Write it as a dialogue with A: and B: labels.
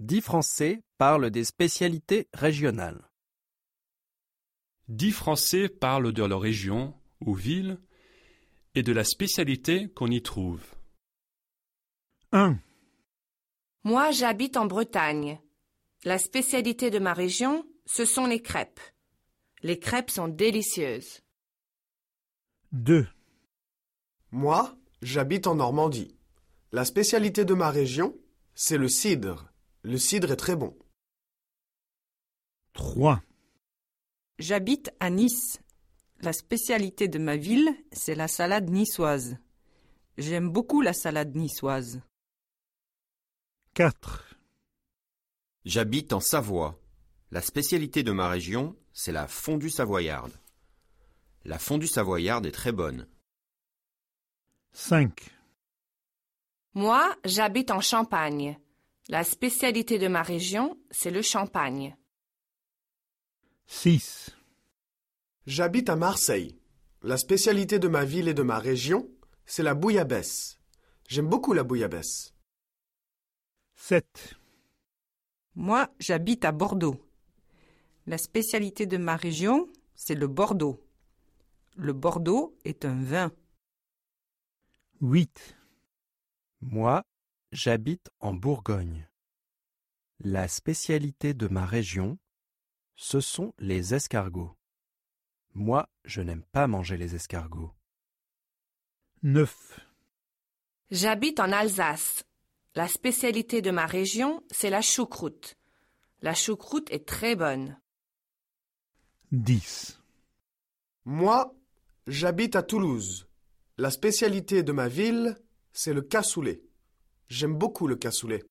A: Dix Français parlent des spécialités régionales.
B: Dix Français parlent de leur région ou ville et de la spécialité qu'on y trouve.
C: 1,
D: Moi, j'habite en Bretagne. La spécialité de ma région, ce sont les crêpes. Les crêpes sont délicieuses.
C: 2,
E: Moi, j'habite en Normandie. La spécialité de ma région, c'est le cidre. Le cidre est très bon.
C: 3,
F: J'habite à Nice. La spécialité de ma ville, c'est la salade niçoise. J'aime beaucoup la salade niçoise.
C: 4,
G: J'habite en Savoie. La spécialité de ma région, c'est la fondue savoyarde. La fondue savoyarde est très bonne.
C: 5,
D: Moi, j'habite en Champagne. La spécialité de ma région, c'est le champagne.
C: 6,
E: J'habite à Marseille. La spécialité de ma ville et de ma région, c'est la bouillabaisse. J'aime beaucoup la bouillabaisse.
C: 7,
F: Moi, j'habite à Bordeaux. La spécialité de ma région, c'est le Bordeaux. Le Bordeaux est un vin.
C: 8,
A: Moi, j'habite en Bourgogne. La spécialité de ma région, ce sont les escargots. Moi, je n'aime pas manger les escargots.
C: 9,
D: J'habite en Alsace. La spécialité de ma région, c'est la choucroute. La choucroute est très bonne.
C: 10.
E: Moi, j'habite à Toulouse. La spécialité de ma ville, c'est le cassoulet. J'aime beaucoup le cassoulet.